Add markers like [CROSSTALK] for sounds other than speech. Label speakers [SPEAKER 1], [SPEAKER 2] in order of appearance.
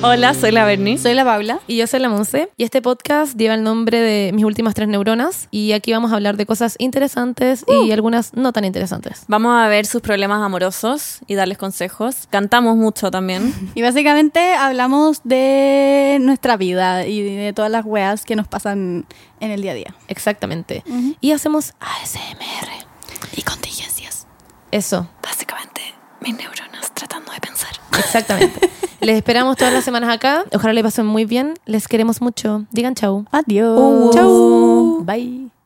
[SPEAKER 1] Hola, soy la Bernice.
[SPEAKER 2] Soy la Paula. Y yo soy la Monse. Y este podcast lleva el nombre de Mis últimas tres neuronas. Y aquí vamos a hablar de cosas interesantes
[SPEAKER 3] Uh.
[SPEAKER 2] y algunas no tan interesantes.
[SPEAKER 1] Vamos a ver sus problemas amorosos y darles consejos. Cantamos mucho también.
[SPEAKER 3] Y básicamente hablamos de nuestra vida y de todas las weas que nos pasan en el día a día.
[SPEAKER 2] Exactamente. Y hacemos ASMR.
[SPEAKER 3] Y contingencias.
[SPEAKER 2] Eso,
[SPEAKER 3] Básicamente, mis neuronas tratando de pensar. [LAUGHS]
[SPEAKER 2] exactamente. les esperamos todas las semanas acá. Ojalá les pasen muy bien. Les queremos mucho. Digan chau.
[SPEAKER 3] Adiós.
[SPEAKER 2] Chau.
[SPEAKER 3] Bye.